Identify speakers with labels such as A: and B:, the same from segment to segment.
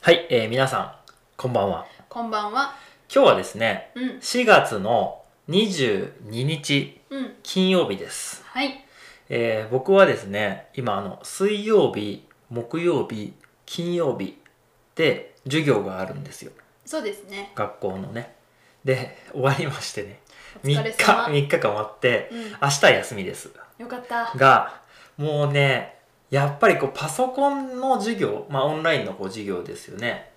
A: はい、えー皆さん、こんばんは。
B: こんばんは。
A: 今日はですね、
B: うん。
A: 4月の22日
B: うん。
A: 金曜日です。
B: はい。
A: えー僕はですね、今あの、水曜日、木曜日、金曜日で授業があるんですよ。
B: そうですね。
A: 学校のね。で、終わりましてね。
B: お
A: 3
B: 疲
A: 日
B: れ、様。
A: 3日間終わって、
B: うん。
A: 明日休みです。
B: よかった。
A: がもうねやっぱりこうパソコンの授業まあオンラインのこう授業ですよね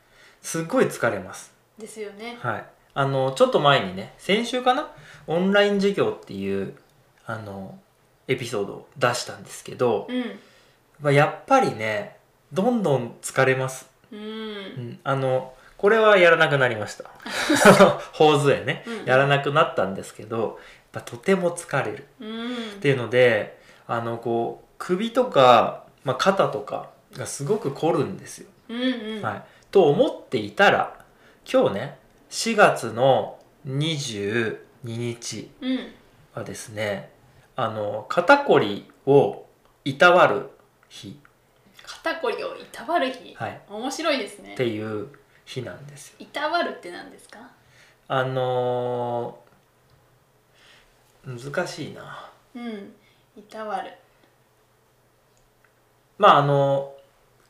A: すっごい疲れます
B: ですよね。
A: はいあのちょっと前にね先週かなオンライン授業っていうあのエピソードを出したんですけど、
B: うん。
A: まあ、やっぱりねどんどん疲れます、
B: う。
A: うんん、あのこれはやらなくなりました あの頬杖ね
B: うん
A: やらなくなったんですけどやっぱとても疲れる
B: うん。
A: っていうのであのこう首とか、まあ、肩とかがすごく凝るんですよ。
B: うんうん。
A: はい、と思っていたら今日ね4月の22日
B: うん。
A: はですねあの肩こりをいたわる日、
B: 肩こりをいたわる日。
A: はい、
B: 面白いですね
A: っ。ていう日なんですよ。
B: いたわるって何ですか
A: あのー難しいな。
B: うん。いたわる。
A: まああの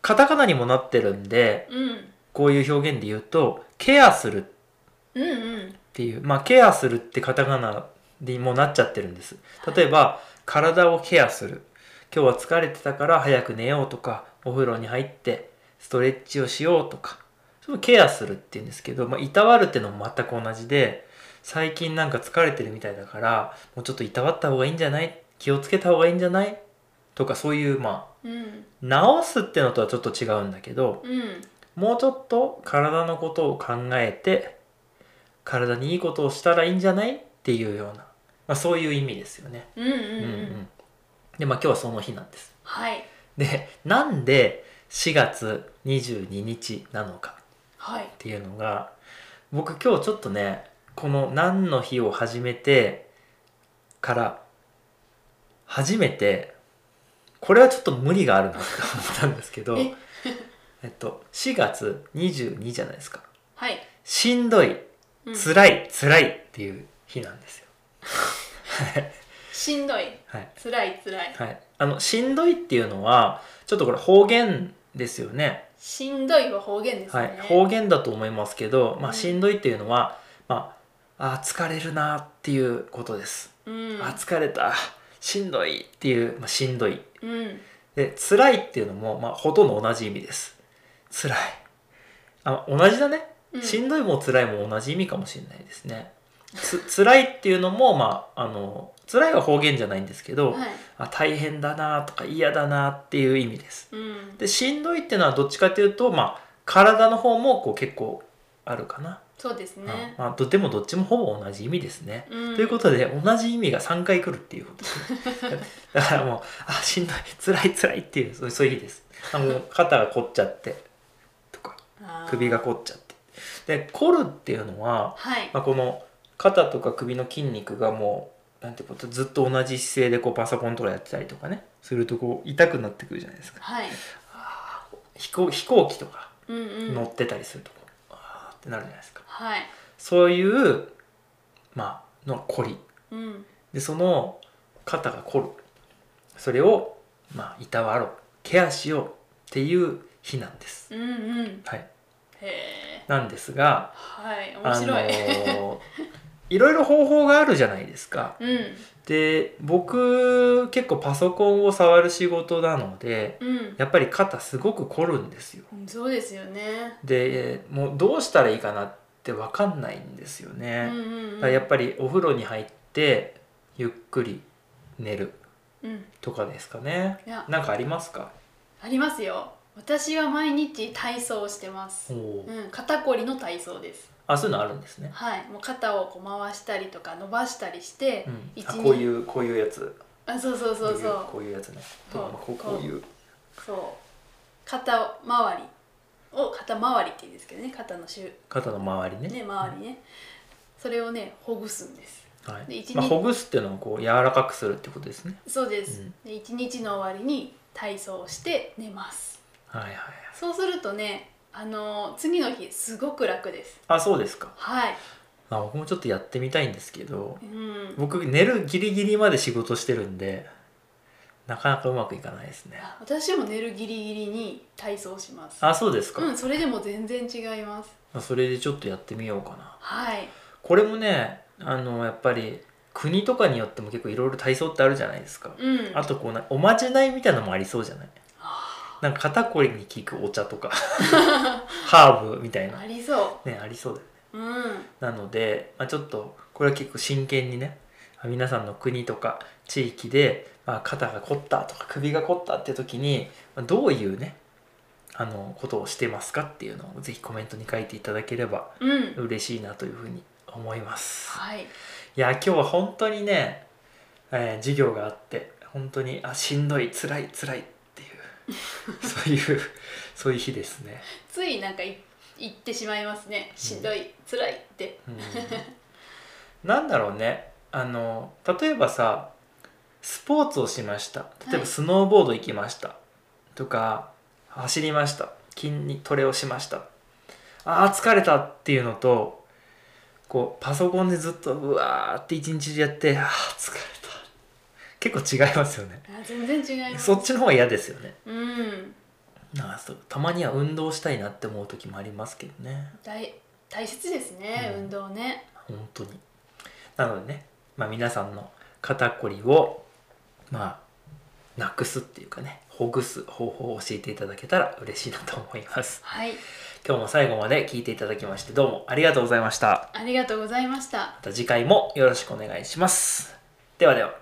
A: カタカナにもなってるんで
B: うん。
A: こういう表現で言うとケアする
B: うんうん。
A: っていうまあケアするってカタカナにもなっちゃってるんです例えば、体をケアする今日は疲れてたから早く寝ようとかお風呂に入ってストレッチをしようとかそのケアするっていうんですけど、まあ、いたわるってのも全く同じで最近なんか疲れてるみたいだからもうちょっといたわった方がいいんじゃない気をつけた方がいいんじゃないとかそういうま
B: うん。
A: あ直すってのとはちょっと違うんだけど、
B: うん。
A: もうちょっと体のことを考えて体にいいことをしたらいいんじゃないっていうような、まあ、そういう意味ですよね。
B: うんうん
A: う
B: うん。
A: うんん、でまあ今日はその日なんです。
B: はい。
A: でなんで4月22日なのか
B: はい
A: っ。ていうのが僕今日ちょっとねこの「何の日」を始めてから初めてこれはちょっと無理があるなって思ったんですけど
B: え
A: えっと4月22じゃないですか
B: はい。
A: しんどい
B: うん
A: 辛い辛いっていう日なんですよ。
B: しんどい。
A: はい
B: つらいつらい。
A: はい、あのしんどいっていうのはちょっとこれ方言ですよね。
B: しんどいは方言です
A: は
B: ね。
A: い、方言だと思いますけど、ま
B: う
A: あ、
B: ん
A: しんどいっていうのは、まあ、あー疲れるなっていうことです、
B: うん。
A: あー疲れたしんどいっていう、まあ、しんどい
B: うん。
A: で辛いっていうのも、まあ、ほとんど同じ意味です辛いあ同じだね、
B: うん
A: しんどいも辛いも同じ意味かもしれないですねつ 辛いっていうのも、まあ、あの辛いは方言じゃないんですけど、
B: はい。
A: あ大変だなとか嫌だなっていう意味です
B: うん。
A: でしんどいってのはどっちかというと、まあ、体の方もこう結構あるかな、
B: そうですね。
A: うんまあ、どでもどっちもほぼ同じ意味ですね、
B: うん
A: ということで同じ意味が3回来るっていう ことですねだからもうあしんどい辛い辛いっていうそうそういう日ですあもう肩が凝っちゃってとか
B: あー
A: 首が凝っちゃってで凝るっていうのは、
B: はい
A: まあ、この肩とか首の筋肉がもうなんていうことずっと同じ姿勢でこうパソコンとかやってたりとかねするとこう痛くなってくるじゃないですか
B: はい
A: 飛行飛行機とか
B: うんうん
A: 乗ってたりするとこう、あーってなるじゃないですか
B: はい
A: そういうまあの凝り
B: うん
A: でその肩が凝るそれをまあいたわろうケアしようっていう日なんです
B: うんうん
A: はい
B: へえ
A: なんですが
B: はい面白い、
A: あのーいろいろ方法があるじゃないですかで僕結構パソコンを触る仕事なので
B: うんうん
A: やっぱり肩すごく凝るんですよ
B: うんそうですよね
A: でもうどうしたらいいかなって分かんないんですよ
B: うん
A: ね、
B: うん
A: だ
B: うん
A: からやっぱりお風呂に入ってゆっくり寝る
B: うん
A: とかですかね
B: いや
A: なんかありますか
B: ありますよ私は毎日体操をしてます
A: おー
B: うん肩こりの体操です
A: あそういうのあるんですね、
B: はいもう肩をこう回したりとか伸ばしたりして
A: うん、
B: 一
A: あ
B: 日
A: こういうこういうやつ
B: あそうそうそうそう
A: こういうこういうやつね
B: そう
A: まあこう
B: こう
A: こういう
B: そう肩周りを肩周りって言うんですけどね肩の周
A: 肩の周りね
B: ね周りねそれをねほぐすんです
A: は
B: で一
A: い
B: 日
A: まあ、ほぐすっていうのはこう柔らかくするってことですね
B: そうです、
A: うん
B: で一日の終わりに体操をして寝ます
A: はいはいはい
B: そうするとねあの次の日すごく楽です
A: あそうですか
B: はい、
A: まあ僕もちょっとやってみたいんですけど
B: うん、
A: 僕寝るギリギリまで仕事してるんでなかなかうまくいかないですね
B: あ私も寝るギリギリに体操します
A: あそうですか、
B: うんそれでも全然違います
A: まあそれでちょっとやってみようかな
B: はい
A: これもねあのやっぱり国とかによっても結構いろいろ体操ってあるじゃないですか、
B: うん
A: あとこうなおまじないみたいなのもありそうじゃない
B: あ
A: なんか肩こりに効くお茶と かハーブみたいな
B: ありそ
A: ねありそうだよね
B: ううん
A: なので、まあ、ちょっとこれは結構真剣にねあ皆さんの国とか地域で、まあ、肩が凝ったとか首が凝ったって時にまあどういうねあのことをしてますかっていうのをぜひコメントに書いていただければ
B: うん
A: 嬉しいなというふうに思います。
B: はい
A: いや今日は本当にね、えー授業があって本当にあしんどい辛い辛いっていうそういうそういう日ですね、
B: ついなんかい言ってしまいますねしんどい、辛いって
A: うん、なんだろうねあの例えばさスポーツをしました例え
B: は
A: ば
B: い
A: スノーボード行きました、とか走りました筋トレをしましたあー疲れたっていうのとこうパソコンでずっとうわーって一日中やってあー疲れた結構違いますよね
B: あ全然違います
A: そっちの方が嫌ですよね
B: うん
A: なんかそうたまには運動したいなって思う時もありますけどね
B: 大大切ですね、
A: うん
B: 運動ね
A: 本当になのでね、まあ、皆さんの肩こりをまあなくすっていうかねほぐす方法を教えていただけたら嬉しいなと思います
B: はい
A: 今日も最後まで聞いていただきましてどうもありがとうございました
B: ありがとうございました
A: また次回もよろしくお願いしますではでは